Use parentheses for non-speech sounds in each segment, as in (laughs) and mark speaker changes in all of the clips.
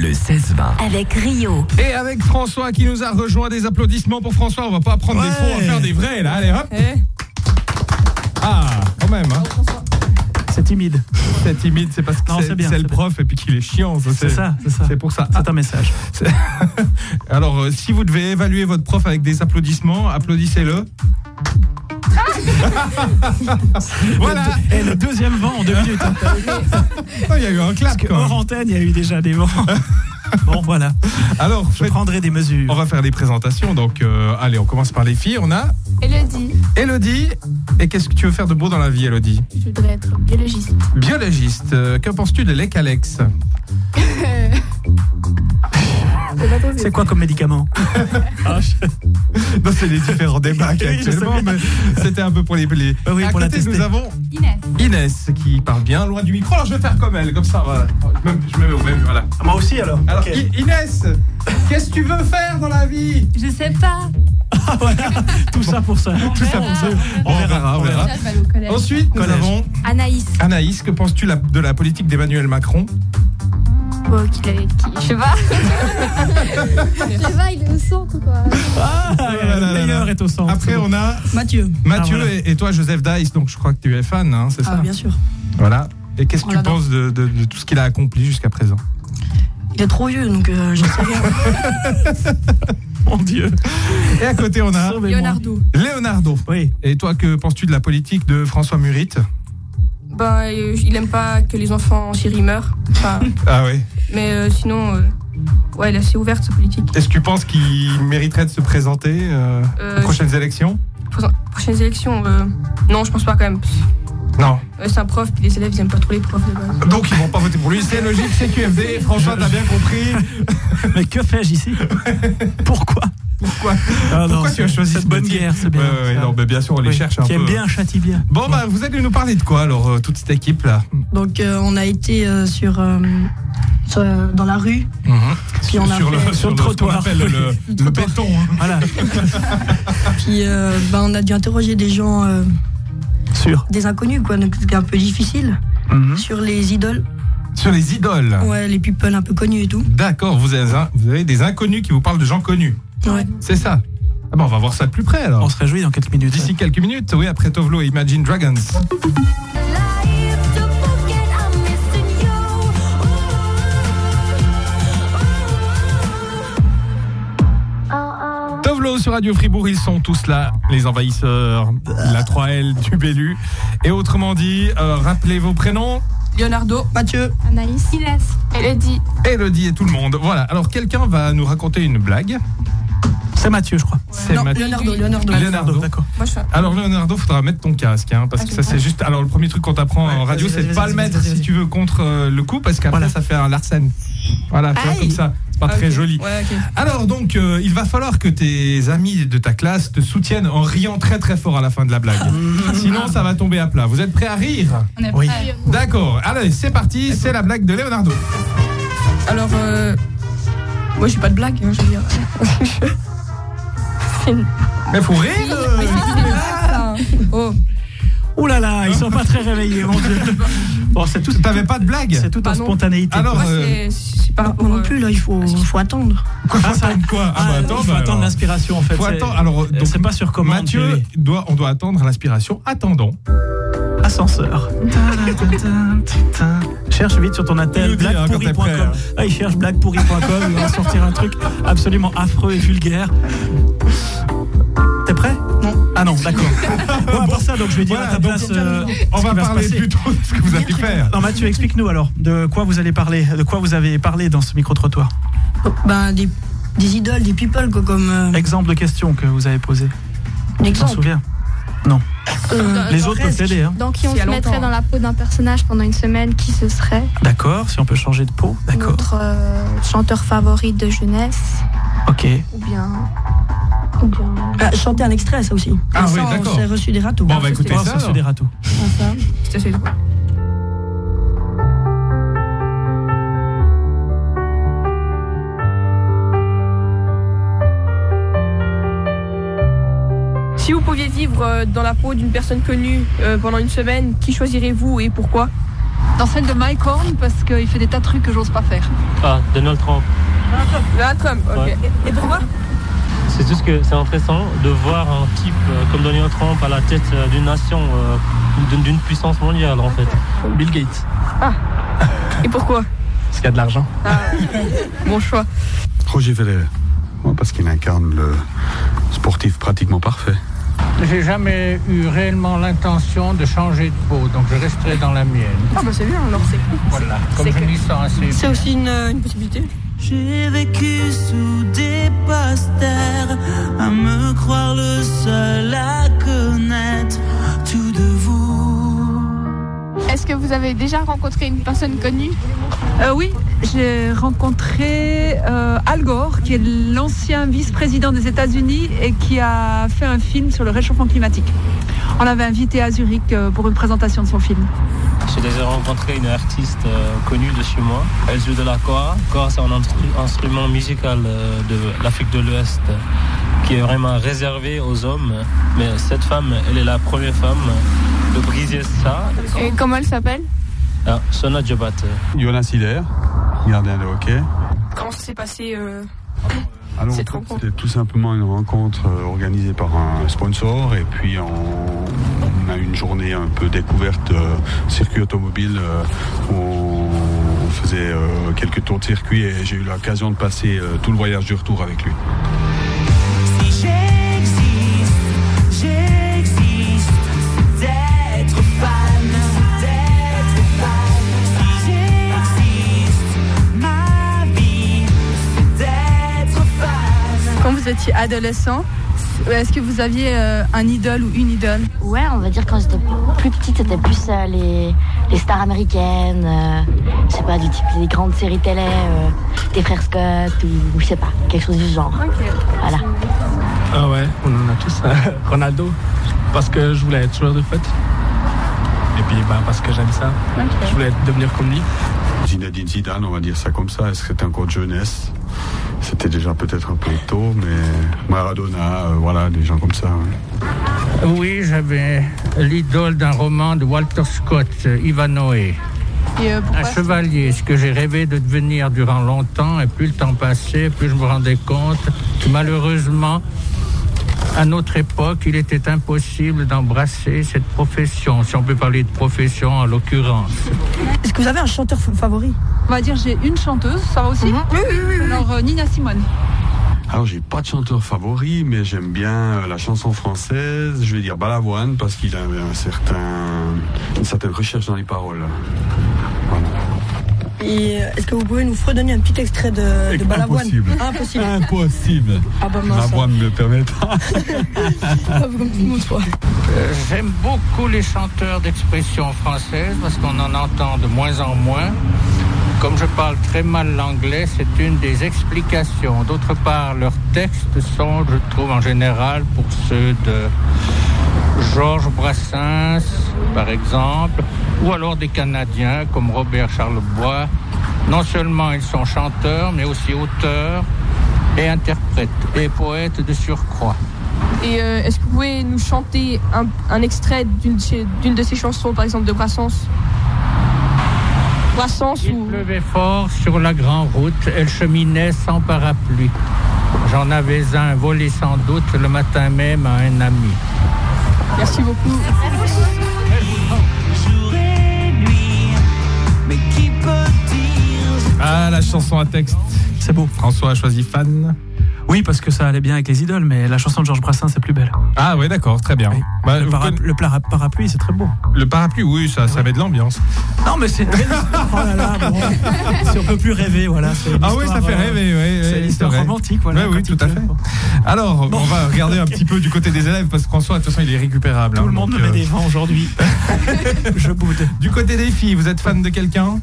Speaker 1: 20.
Speaker 2: avec Rio.
Speaker 1: Et avec François qui nous a rejoint, des applaudissements pour François. On va pas prendre des
Speaker 3: Ouais.
Speaker 1: faux, on va faire des vrais là. Allez hop. Ah, quand même. Hein.
Speaker 3: Ah, C'est timide.
Speaker 1: C'est timide, c'est parce que
Speaker 3: Non,
Speaker 1: c'est
Speaker 3: c'est bien,
Speaker 1: c'est le
Speaker 3: c'est bien.
Speaker 1: prof et puis qu'il est chiant.
Speaker 3: C'est ça, c'est ça.
Speaker 1: C'est pour ça. Ah,
Speaker 3: C'est un message.
Speaker 1: c'est- Alors, euh, si vous devez évaluer votre prof avec des applaudissements,
Speaker 3: (laughs)
Speaker 1: applaudissez-le. voilà.
Speaker 3: Et le deuxième vent en deux (laughs) minutes. hein.
Speaker 1: Ah, Il y a eu un clap.
Speaker 3: Parce que
Speaker 1: quand même.
Speaker 3: hors antenne, il y a eu déjà des (laughs) vents. Bon, voilà.
Speaker 1: Alors,
Speaker 3: Je
Speaker 1: faites-
Speaker 3: prendrai des mesures.
Speaker 1: on va faire des présentations. Donc, euh, allez, on commence par les filles. On a
Speaker 4: Elodie,
Speaker 1: Elodie. Et qu'est-ce que tu veux faire de beau dans la vie, Elodie
Speaker 4: je voudrais être biologiste.
Speaker 1: Biologiste, euh, que penses-tu de l'Ecalex
Speaker 3: C'est quoi comme médicament Ah, je-
Speaker 1: Non, c'est les
Speaker 3: (laughs)
Speaker 1: différents débats qu'il y a
Speaker 3: Oui, je sais
Speaker 1: actuellement,
Speaker 3: bien.
Speaker 1: mais c'était un peu pour les. les...
Speaker 3: Ah oui,
Speaker 1: à
Speaker 3: pour la
Speaker 1: côté, nous
Speaker 3: tester.
Speaker 1: avons
Speaker 4: Inès,
Speaker 1: Inès qui parle bien loin du micro. Alors, je vais faire comme elle, comme ça, voilà. Oh, Je me, je me mets au même, voilà.
Speaker 3: Ah, Moi aussi alors.
Speaker 1: Alors,
Speaker 3: Ok.
Speaker 1: I- Inès, qu'est-ce que tu veux faire dans la vie
Speaker 4: je sais pas.
Speaker 3: Ah, voilà. Tout ça pour ça.
Speaker 1: Tout ça pour ça.
Speaker 3: Oh.
Speaker 1: On verra, on verra.
Speaker 4: Déjà, je vais aller au collège.
Speaker 1: Ensuite, nous
Speaker 3: Collège.
Speaker 1: avons
Speaker 2: Anaïs.
Speaker 1: Anaïs. Que penses-tu la- de la politique d'Emmanuel Macron
Speaker 4: Bon, qu'il allait être Oh, qui Je sais
Speaker 5: (laughs)
Speaker 4: pas. je sais pas, il est au centre quoi.
Speaker 3: Ah, le
Speaker 1: là, là, là.
Speaker 3: meilleur est au centre.
Speaker 1: Après, on a
Speaker 6: Mathieu.
Speaker 1: Mathieu
Speaker 3: Ah, voilà.
Speaker 1: et, et toi, Joseph Dice. Donc, je crois que tu es fan, hein, c'est
Speaker 6: Ah,
Speaker 1: ça
Speaker 6: bien sûr.
Speaker 1: Voilà. Et qu'est-ce que
Speaker 6: On
Speaker 1: tu
Speaker 6: l'adore.
Speaker 1: penses de- de- de tout ce qu'il a accompli jusqu'à présent
Speaker 6: Il est trop vieux, donc euh, j'en sais rien.
Speaker 3: Mon Dieu.
Speaker 1: Et à côté, on a
Speaker 3: Sauvez-moi.
Speaker 6: Leonardo.
Speaker 1: Leonardo.
Speaker 3: Oui.
Speaker 1: Et toi, que penses-tu de la politique de François Murite
Speaker 5: Ben, euh, il aime pas que les enfants en Syrie meurent. Enfin,
Speaker 1: Ah oui.
Speaker 5: mais euh, sinon, euh, ouais, elle est assez ouverte, sa politique.
Speaker 1: Est-ce que tu penses qu'il mériterait de se présenter euh,
Speaker 5: Euh,
Speaker 1: aux prochaines élections
Speaker 5: Prochain- Prochaines élections, euh, non, je pense pas quand même.
Speaker 1: Non.
Speaker 5: Euh, C'est un prof, puis les élèves, ils aiment pas trop les profs de base.
Speaker 1: Donc ils vont pas voter pour lui. C'est logique, c'est (laughs) QFD. François, t'as bien compris.
Speaker 3: Mais que fais-je (laughs) ici Pourquoi
Speaker 1: Pourquoi
Speaker 3: Ah, non,
Speaker 1: Pourquoi tu as
Speaker 3: c'est-
Speaker 1: choisi
Speaker 3: cette
Speaker 1: ce
Speaker 3: bonne
Speaker 1: métier
Speaker 3: guerre C'est
Speaker 1: Ouais,
Speaker 3: bien.
Speaker 1: ouais,
Speaker 3: ça.
Speaker 1: non, mais bien sûr, on les
Speaker 3: Oui.
Speaker 1: cherche un
Speaker 3: Qui
Speaker 1: peu.
Speaker 3: aime bien, châtie bien.
Speaker 1: Bon, bah, vous allez nous parler de quoi alors, euh, toute cette équipe là
Speaker 6: Donc euh, on a été euh, sur, euh, sur, euh, dans la rue. Puis on a
Speaker 1: Mhm. sur, le,
Speaker 3: sur
Speaker 6: fait-
Speaker 1: sur,
Speaker 3: le
Speaker 1: le ce qu'on
Speaker 3: trottoir.
Speaker 1: appelle le, le béton. hein.
Speaker 3: Voilà,
Speaker 6: Puis euh, ben, on a dû interroger des gens, euh,
Speaker 3: sûr.
Speaker 6: des inconnus, quoi. Donc c'était un peu difficile.
Speaker 1: Mhm.
Speaker 6: Sur les idoles,
Speaker 1: Sur les idoles.
Speaker 6: ouais, les people un peu connus et tout.
Speaker 1: D'accord, vous avez, un- vous avez des inconnus qui vous parlent de gens connus.
Speaker 6: Ouais.
Speaker 1: C'est ça. Ah bah, on va voir ça de plus près alors.
Speaker 3: On se réjouit dans quelques minutes.
Speaker 1: D'ici quelques minutes, oui, après Tovlo et Imagine Dragons. Tovlo sur Radio Fribourg, ils sont tous là, les envahisseurs, la 3L du Bellu. Et autrement dit, euh, rappelez vos prénoms,
Speaker 5: Leonardo,
Speaker 6: Mathieu,
Speaker 4: Anaïs. Inès.
Speaker 5: Elodie,
Speaker 1: Elodie et tout le monde. Voilà, alors quelqu'un va nous raconter une blague.
Speaker 3: C'est Mathieu, je crois.
Speaker 1: C'est
Speaker 6: non,
Speaker 1: Math-
Speaker 6: Leonardo, Leonardo.
Speaker 1: Leonardo.
Speaker 3: D'accord.
Speaker 5: moi je suis un-
Speaker 1: Alors Leonardo, faudra mettre ton casque, hein, parce
Speaker 5: Ah,
Speaker 1: que
Speaker 5: je
Speaker 1: ça c'est
Speaker 5: comprends.
Speaker 1: juste. Alors le premier truc qu'on t'apprend
Speaker 3: Ouais,
Speaker 1: en radio,
Speaker 3: vas-y,
Speaker 1: c'est de
Speaker 3: vas-y,
Speaker 1: pas
Speaker 3: vas-y,
Speaker 1: le
Speaker 3: vas-y,
Speaker 1: mettre
Speaker 3: vas-y.
Speaker 1: si tu veux contre euh, le coup, parce qu'après
Speaker 3: Voilà.
Speaker 1: ça fait un Larsen. Voilà, tu vois,
Speaker 6: Aïe.
Speaker 1: comme ça, c'est pas
Speaker 5: Ah,
Speaker 1: très
Speaker 5: ok.
Speaker 1: joli.
Speaker 5: Ouais, ok.
Speaker 1: Alors donc, euh, il va falloir que tes amis de ta classe te soutiennent en riant très très fort à la fin de la blague.
Speaker 3: (laughs)
Speaker 1: Sinon, ça va tomber à plat. Vous êtes prêts à rire
Speaker 4: On est
Speaker 3: Oui.
Speaker 5: Ah,
Speaker 4: prêts.
Speaker 1: D'accord. Allez, c'est parti. C'est la blague de Leonardo.
Speaker 5: Alors, euh, moi j'ai pas de blague, hein, je veux dire.
Speaker 1: Mais faut rire. euh.
Speaker 5: Ah, oh,
Speaker 3: Ouh là là, ils sont pas très réveillés, mon Dieu. Bon, c'est tout.
Speaker 1: T'avais pas de
Speaker 3: C'est
Speaker 1: blague.
Speaker 3: tout en
Speaker 5: Ah non.
Speaker 3: spontanéité.
Speaker 1: Alors,
Speaker 5: moi
Speaker 1: euh,
Speaker 5: c'est- c'est pas.
Speaker 6: Moi non plus, là, il faut, faut attendre.
Speaker 1: Quoi
Speaker 3: Ah,
Speaker 1: faut
Speaker 3: ça-
Speaker 1: attendre quoi Ah bah attends,
Speaker 3: il faut
Speaker 1: bah,
Speaker 3: attendre
Speaker 1: alors.
Speaker 3: l'inspiration en fait.
Speaker 1: Faut
Speaker 3: C'est- euh,
Speaker 1: attendre. Alors donc,
Speaker 3: c'est pas sur commande. mais
Speaker 1: Mathieu,
Speaker 3: oui.
Speaker 1: doit, on doit attendre l'inspiration. Attendons.
Speaker 3: ascenseur. Cherche vite sur ton
Speaker 1: Il nous
Speaker 3: attel
Speaker 1: dit, hein, quand t'es
Speaker 3: blaguepourri.com.
Speaker 1: prêt, hein.
Speaker 3: Ah, il cherche blaguepourri.com, il va sortir un truc absolument affreux et vulgaire. T'es prêt
Speaker 6: Non.
Speaker 3: Ah non,
Speaker 1: (laughs)
Speaker 3: d'accord. Bon, à part ça, donc je vais dire
Speaker 1: Voilà,
Speaker 3: à ta
Speaker 1: donc,
Speaker 3: place. euh,
Speaker 1: On
Speaker 3: ce
Speaker 1: va
Speaker 3: qui se
Speaker 1: parler
Speaker 3: passer.
Speaker 1: plutôt de ce que vous allez faire.
Speaker 3: Non, Mathieu, explique-nous alors de quoi vous allez parler, de quoi vous avez parlé dans ce micro-trottoir.
Speaker 6: Ben, des, des idoles, des people, quoi, comme euh,
Speaker 3: Exemple de question que vous avez posée.
Speaker 6: un
Speaker 3: Je m'en
Speaker 6: exemple.
Speaker 3: souviens.
Speaker 6: Euh,
Speaker 3: Les autres peuvent t'aider. hein.
Speaker 4: Dans qui on
Speaker 5: C'est il y
Speaker 4: se
Speaker 5: a
Speaker 4: mettrait
Speaker 5: longtemps.
Speaker 4: dans la peau d'un personnage pendant une semaine, qui ce serait
Speaker 3: D'accord, si on peut changer de peau. D'accord.
Speaker 4: Notre euh, chanteur favori de jeunesse
Speaker 3: Ok.
Speaker 4: Ou bien. Ou bien.
Speaker 6: ah, chanter un extrait, ça aussi.
Speaker 1: Ah
Speaker 6: Ça,
Speaker 1: oui, d'accord.
Speaker 6: On s'est reçu des râteaux.
Speaker 1: Bon, bah écoutez
Speaker 3: Oh,
Speaker 1: ça.
Speaker 3: ça, c'est
Speaker 1: alors.
Speaker 3: des râteaux.
Speaker 5: c'est assez drôle. Si vous pouviez vivre euh, dans la peau d'une personne connue euh, pendant une semaine, qui choisirez-vous et pourquoi
Speaker 2: Dans celle de Mike Horn, parce qu'il fait des tas de trucs que j'ose pas faire.
Speaker 7: Ah, Donald Trump.
Speaker 5: Donald Trump, ok.
Speaker 7: Ouais.
Speaker 5: Et, et pourquoi
Speaker 7: C'est juste que c'est intéressant de voir un type euh, comme Donald Trump à la tête euh, d'une nation, euh, d'une- d'une puissance mondiale en fait.
Speaker 8: Bill Gates,
Speaker 5: Et pourquoi
Speaker 8: parce qu'il y a de l'argent.
Speaker 5: Bon choix.
Speaker 9: Roger Federer. Ouais, Parce qu'il incarne le sportif pratiquement parfait.
Speaker 10: J'ai jamais eu réellement l'intention de changer de peau, donc je resterai dans la mienne.
Speaker 5: Ah bah c'est bien, alors c'est cool.
Speaker 10: Voilà, comme
Speaker 5: c'est
Speaker 10: je
Speaker 5: que-
Speaker 10: m'y sens assez
Speaker 6: C'est aussi une, euh, une possibilité.
Speaker 11: J'ai vécu sous des posters, à me croire le seul à connaître tout de vous.
Speaker 4: Est-ce que vous avez déjà rencontré une personne connue
Speaker 2: Euh, oui, j'ai rencontré euh, Al Gore, qui est l'ancien vice-président des États-Unis et qui a fait un film sur le réchauffement climatique. On l'avait invité à Zurich euh, pour une présentation de son film.
Speaker 7: J'ai déjà rencontré une artiste euh, connue de chez moi. Elle joue de la kora. Kora, c'est un instru- instrument musical euh, de l'Afrique de l'Ouest euh, qui est vraiment réservé aux hommes. Mais cette femme, elle est la première femme euh, de briser ça.
Speaker 4: Et comment elle s'appelle
Speaker 7: Ah, Sona Jobat.
Speaker 9: Jonas Hider, gardien de hockey.
Speaker 5: Comment ça s'est passé euh,
Speaker 9: Alors, en
Speaker 5: Cette
Speaker 9: fait,
Speaker 5: rencontre.
Speaker 9: c'était tout simplement une rencontre euh, organisée par un sponsor et puis on, on a une journée un peu découverte euh, circuit automobile euh, où on, on faisait euh, quelques tours de circuit et j'ai eu l'occasion de passer euh, tout le voyage du retour avec lui.
Speaker 11: Si j'existe, j'existe, c'est d'être fan, c'est d'être fan. Si j'existe, ma vie, c'est d'être fan.
Speaker 5: Quand vous étiez adolescent, est-ce que vous aviez euh, un idole ou une idole
Speaker 12: Ouais, on va dire quand j'étais plus petite, c'était plus euh, les, les stars américaines, euh, je sais pas, du type des grandes séries télé, euh, des frères Scott ou je sais pas, quelque chose du genre. Voilà.
Speaker 8: Ah ouais, on en a tous. Ronaldo, parce que je voulais être joueur de foot. Et puis bah, parce que j'aime ça. Je voulais être- devenir comme lui.
Speaker 9: Zinedine Zidane, on va dire ça comme ça, est-ce que c'était un cours de jeunesse C'était déjà peut-être un peu tôt, mais Maradona, euh, voilà, des gens comme ça. ouais.
Speaker 10: Oui, j'avais l'idole d'un roman de Walter Scott, euh, Ivanhoe.
Speaker 2: Et euh, pourquoi
Speaker 10: Un chevalier, ce que j'ai rêvé de devenir durant longtemps, et plus le temps passait, plus je me rendais compte que malheureusement, à notre époque, il était impossible d'embrasser cette profession, si on peut parler de profession en l'occurrence.
Speaker 6: Est-ce que vous avez un chanteur fa- favori
Speaker 2: On va dire j'ai une chanteuse, ça va aussi Alors euh, Nina Simone.
Speaker 9: Alors, j'ai pas de chanteur favori, mais j'aime bien euh, la chanson française. Je vais dire Balavoine parce qu'il avait un certain, une certaine recherche dans les paroles. Voilà.
Speaker 6: Et euh, est-ce que vous pouvez nous fredonner un petit extrait de, de Balavoine
Speaker 1: Impossible.
Speaker 6: Impossible.
Speaker 1: Impossible.
Speaker 6: Ah bah
Speaker 1: Ma
Speaker 6: mince. (laughs)
Speaker 1: voix me le permet pas.
Speaker 6: Comme tout le monde, toi.
Speaker 10: Euh, J'aime beaucoup les chanteurs d'expression française parce qu'on en entend de moins en moins. Comme je parle très mal l'anglais, c'est une des explications. D'autre part, leurs textes sont, je trouve, en général, pour ceux de Georges Brassens, par exemple, ou alors des Canadiens comme Robert Charlebois. Non seulement ils sont chanteurs, mais aussi auteurs et interprètes et poètes de surcroît.
Speaker 5: Et euh, est-ce que vous pouvez nous chanter un, un extrait d'une de ces- d'une de ces chansons, par exemple de Brassens Brassens
Speaker 10: Il
Speaker 5: ou...
Speaker 10: pleuvait fort sur la grande route, elle cheminait sans parapluie. J'en avais un volé sans doute le matin même à un ami.
Speaker 5: Merci beaucoup.
Speaker 11: Jour et nuit, mais qui peut dire
Speaker 1: Ah, la chanson à texte.
Speaker 3: C'est beau.
Speaker 1: François a choisi fan.
Speaker 3: Oui, parce que ça allait bien avec les idoles, mais la chanson de Georges Brassens, c'est plus belle.
Speaker 1: Ah ouais, d'accord, très bien.
Speaker 3: Oui.
Speaker 1: Bah,
Speaker 3: le,
Speaker 1: vous
Speaker 3: para-
Speaker 1: conna-
Speaker 3: le plara- parapluie, c'est très beau.
Speaker 1: le parapluie, oui, ça, ça met de l'ambiance.
Speaker 3: Non, mais c'est. (laughs) oh là là, (laughs) bon. Si on peut plus rêver, voilà. c'est
Speaker 1: Ah oui,
Speaker 3: l'histoire,
Speaker 1: ça fait
Speaker 3: euh,
Speaker 1: rêver, oui.
Speaker 3: C'est l'histoire romantique, voilà.
Speaker 1: Oui, oui,
Speaker 3: quand il
Speaker 1: tout à
Speaker 3: pleut.
Speaker 1: fait. Alors, on va regarder un
Speaker 3: Ok.
Speaker 1: petit peu du côté des élèves, parce que François, de toute façon, il est récupérable.
Speaker 3: Tout
Speaker 1: hein,
Speaker 3: le monde
Speaker 1: donc,
Speaker 3: me met
Speaker 1: euh,
Speaker 3: des vents
Speaker 1: (laughs)
Speaker 3: aujourd'hui. Je boude.
Speaker 1: Du côté des filles, vous êtes fan de quelqu'un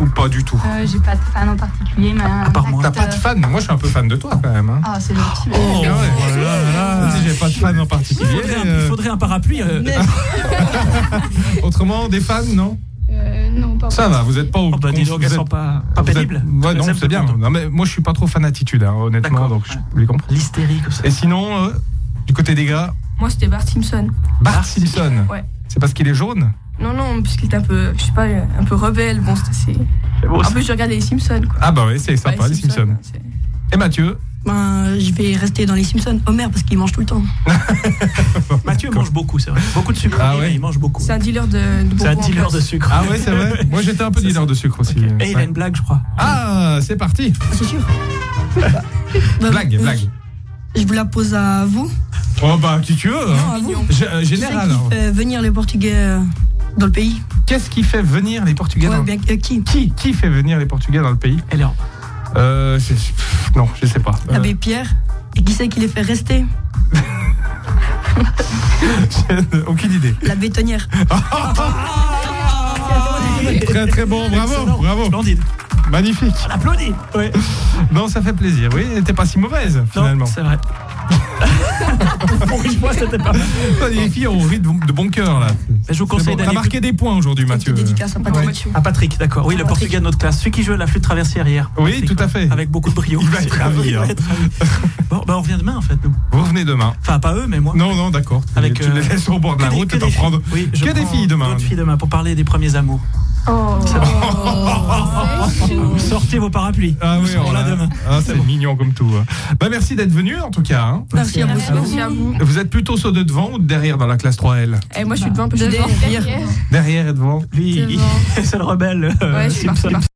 Speaker 1: Ou pas du tout
Speaker 2: Euh, j'ai pas de fan en particulier, mais
Speaker 3: À part moi.
Speaker 1: T'as pas de fan Moi, je suis un peu fan de toi, quand même. hein.
Speaker 2: Ah, c'est gentil.
Speaker 1: Ah ouais. Si j'ai pas de fan en
Speaker 3: Il
Speaker 1: particulier.
Speaker 3: Ah, faudrait un, il
Speaker 1: euh,
Speaker 3: faudrait un parapluie. euh,
Speaker 1: Autrement, des fans, non
Speaker 4: Euh, Non, pas
Speaker 1: Ça va, vous êtes pas au
Speaker 3: oh, bah, dis donc, elles
Speaker 1: vous
Speaker 3: sont
Speaker 1: êtes-
Speaker 3: pas, pas
Speaker 1: vous êtes-
Speaker 3: pénibles.
Speaker 1: Ouais,
Speaker 3: Elles
Speaker 1: non,
Speaker 3: aiment
Speaker 1: c'est bien.
Speaker 3: tout le temps.
Speaker 1: Non, mais moi, je suis pas trop fan attitude, hein, honnêtement,
Speaker 3: D'accord.
Speaker 1: donc je les comprends.
Speaker 3: L'hystérie comme ça.
Speaker 1: Et sinon, euh, du côté des gars,
Speaker 5: Moi, c'était Bart Simpson.
Speaker 1: Bart Simpson.
Speaker 5: ouais.
Speaker 1: C'est parce qu'il est jaune
Speaker 13: Non, non, puisqu'il était un peu, je sais pas, un peu rebelle. Bon, c'est- c'est.
Speaker 1: beau,
Speaker 13: en
Speaker 1: ça.
Speaker 13: plus, je regardais les Simpsons, quoi.
Speaker 1: Ah bah oui, c'est sympa,
Speaker 13: Ouais,
Speaker 1: les Simpsons. Et Mathieu
Speaker 6: Ben, je vais rester dans les Simpsons. Homer, parce qu'il mange tout le temps.
Speaker 3: Mathieu mange beaucoup, c'est vrai. Beaucoup de sucre.
Speaker 1: Ah ouais.
Speaker 3: Il mange beaucoup.
Speaker 13: C'est un dealer de, de
Speaker 3: C'est un
Speaker 13: bonbons en
Speaker 3: dealer
Speaker 13: place.
Speaker 3: de sucre.
Speaker 1: Ah ouais, c'est vrai Moi j'étais un peu dealer de sucre aussi.
Speaker 3: Et il a une blague, je crois.
Speaker 1: Ah, c'est parti
Speaker 6: C'est sûr.
Speaker 1: Blague, blague.
Speaker 6: Bah, euh, Je vous la pose à vous.
Speaker 1: Oh bah, qui tu veux.
Speaker 6: Non, à
Speaker 1: hein.
Speaker 6: vous.
Speaker 1: G- euh,
Speaker 6: Qui
Speaker 1: Général.
Speaker 6: c'est
Speaker 1: hein.
Speaker 6: qui fait venir les Portugais euh, dans le pays
Speaker 1: Qu'est-ce qui fait venir les Portugais dans-
Speaker 6: bien, euh, qui
Speaker 1: Qui Qui fait venir les Portugais dans le pays
Speaker 3: Alors
Speaker 1: euh, je- pff, Non, je sais pas. Euh,
Speaker 6: L'abbé Pierre. Et qui c'est qui les fait rester
Speaker 1: j'ai Euh, (laughs) aucune idée.
Speaker 6: La bétonnière.
Speaker 1: Ah,
Speaker 3: Ah,
Speaker 1: Très très bon, bravo, bravo. Magnifique.
Speaker 3: On applaudit. Ouais.
Speaker 1: Non, ça fait plaisir. Oui, elle n'était pas si mauvaise finalement.
Speaker 3: c'est
Speaker 1: (laughs)
Speaker 3: vrai. Pour une fois, c'était pas mal.
Speaker 1: Les filles ont ri de bon- de bon cœur là.
Speaker 3: Je vous
Speaker 1: C'est
Speaker 3: conseille
Speaker 1: bon. T'as
Speaker 3: d'aller
Speaker 1: marqué des points aujourd'hui, Mathieu.
Speaker 6: dédicace à Patrick.
Speaker 3: À Patrick, d'accord. Oui, le portugais de notre classe. Celui qui joue à la flûte traversière hier.
Speaker 1: Oui,
Speaker 3: Patrick,
Speaker 1: tout à fait.
Speaker 3: Avec beaucoup de brio.
Speaker 1: Il va être ravi,
Speaker 3: (laughs) Il va
Speaker 1: hein.
Speaker 3: être ravi. Bon, bah, on revient demain, en fait, nous.
Speaker 1: Vous revenez demain.
Speaker 3: Enfin, pas eux, mais moi.
Speaker 1: Non, non, d'accord. Tu
Speaker 3: Avec,
Speaker 1: les- tu les
Speaker 3: euh,
Speaker 1: laisses au bord de la
Speaker 3: que des-
Speaker 1: route
Speaker 3: que
Speaker 1: et t'en
Speaker 3: des
Speaker 1: prends.
Speaker 3: filles. Oui, je
Speaker 1: que des
Speaker 3: prends
Speaker 1: filles demain.
Speaker 3: D'autres filles demain pour parler des premiers amours.
Speaker 13: Oh.
Speaker 3: Sortez vos parapluis.
Speaker 1: Ah oui,
Speaker 3: Nous serons
Speaker 1: on
Speaker 3: là
Speaker 1: a-
Speaker 3: demain.
Speaker 1: Ah, c'est mignon comme tout. hein. Bah, merci d'être venu en tout cas. hein.
Speaker 6: Merci à vous.
Speaker 13: Merci à vous.
Speaker 1: Vous êtes plutôt saut de devant ou de derrière dans la classe 3L
Speaker 13: Et moi, je suis devant, un peu
Speaker 6: Devant.
Speaker 13: derrière.
Speaker 1: Derrière et devant
Speaker 3: Lui, il- (laughs) c'est le rebelle. euh,
Speaker 13: Ouais, je suis
Speaker 3: Simpson.
Speaker 13: partie.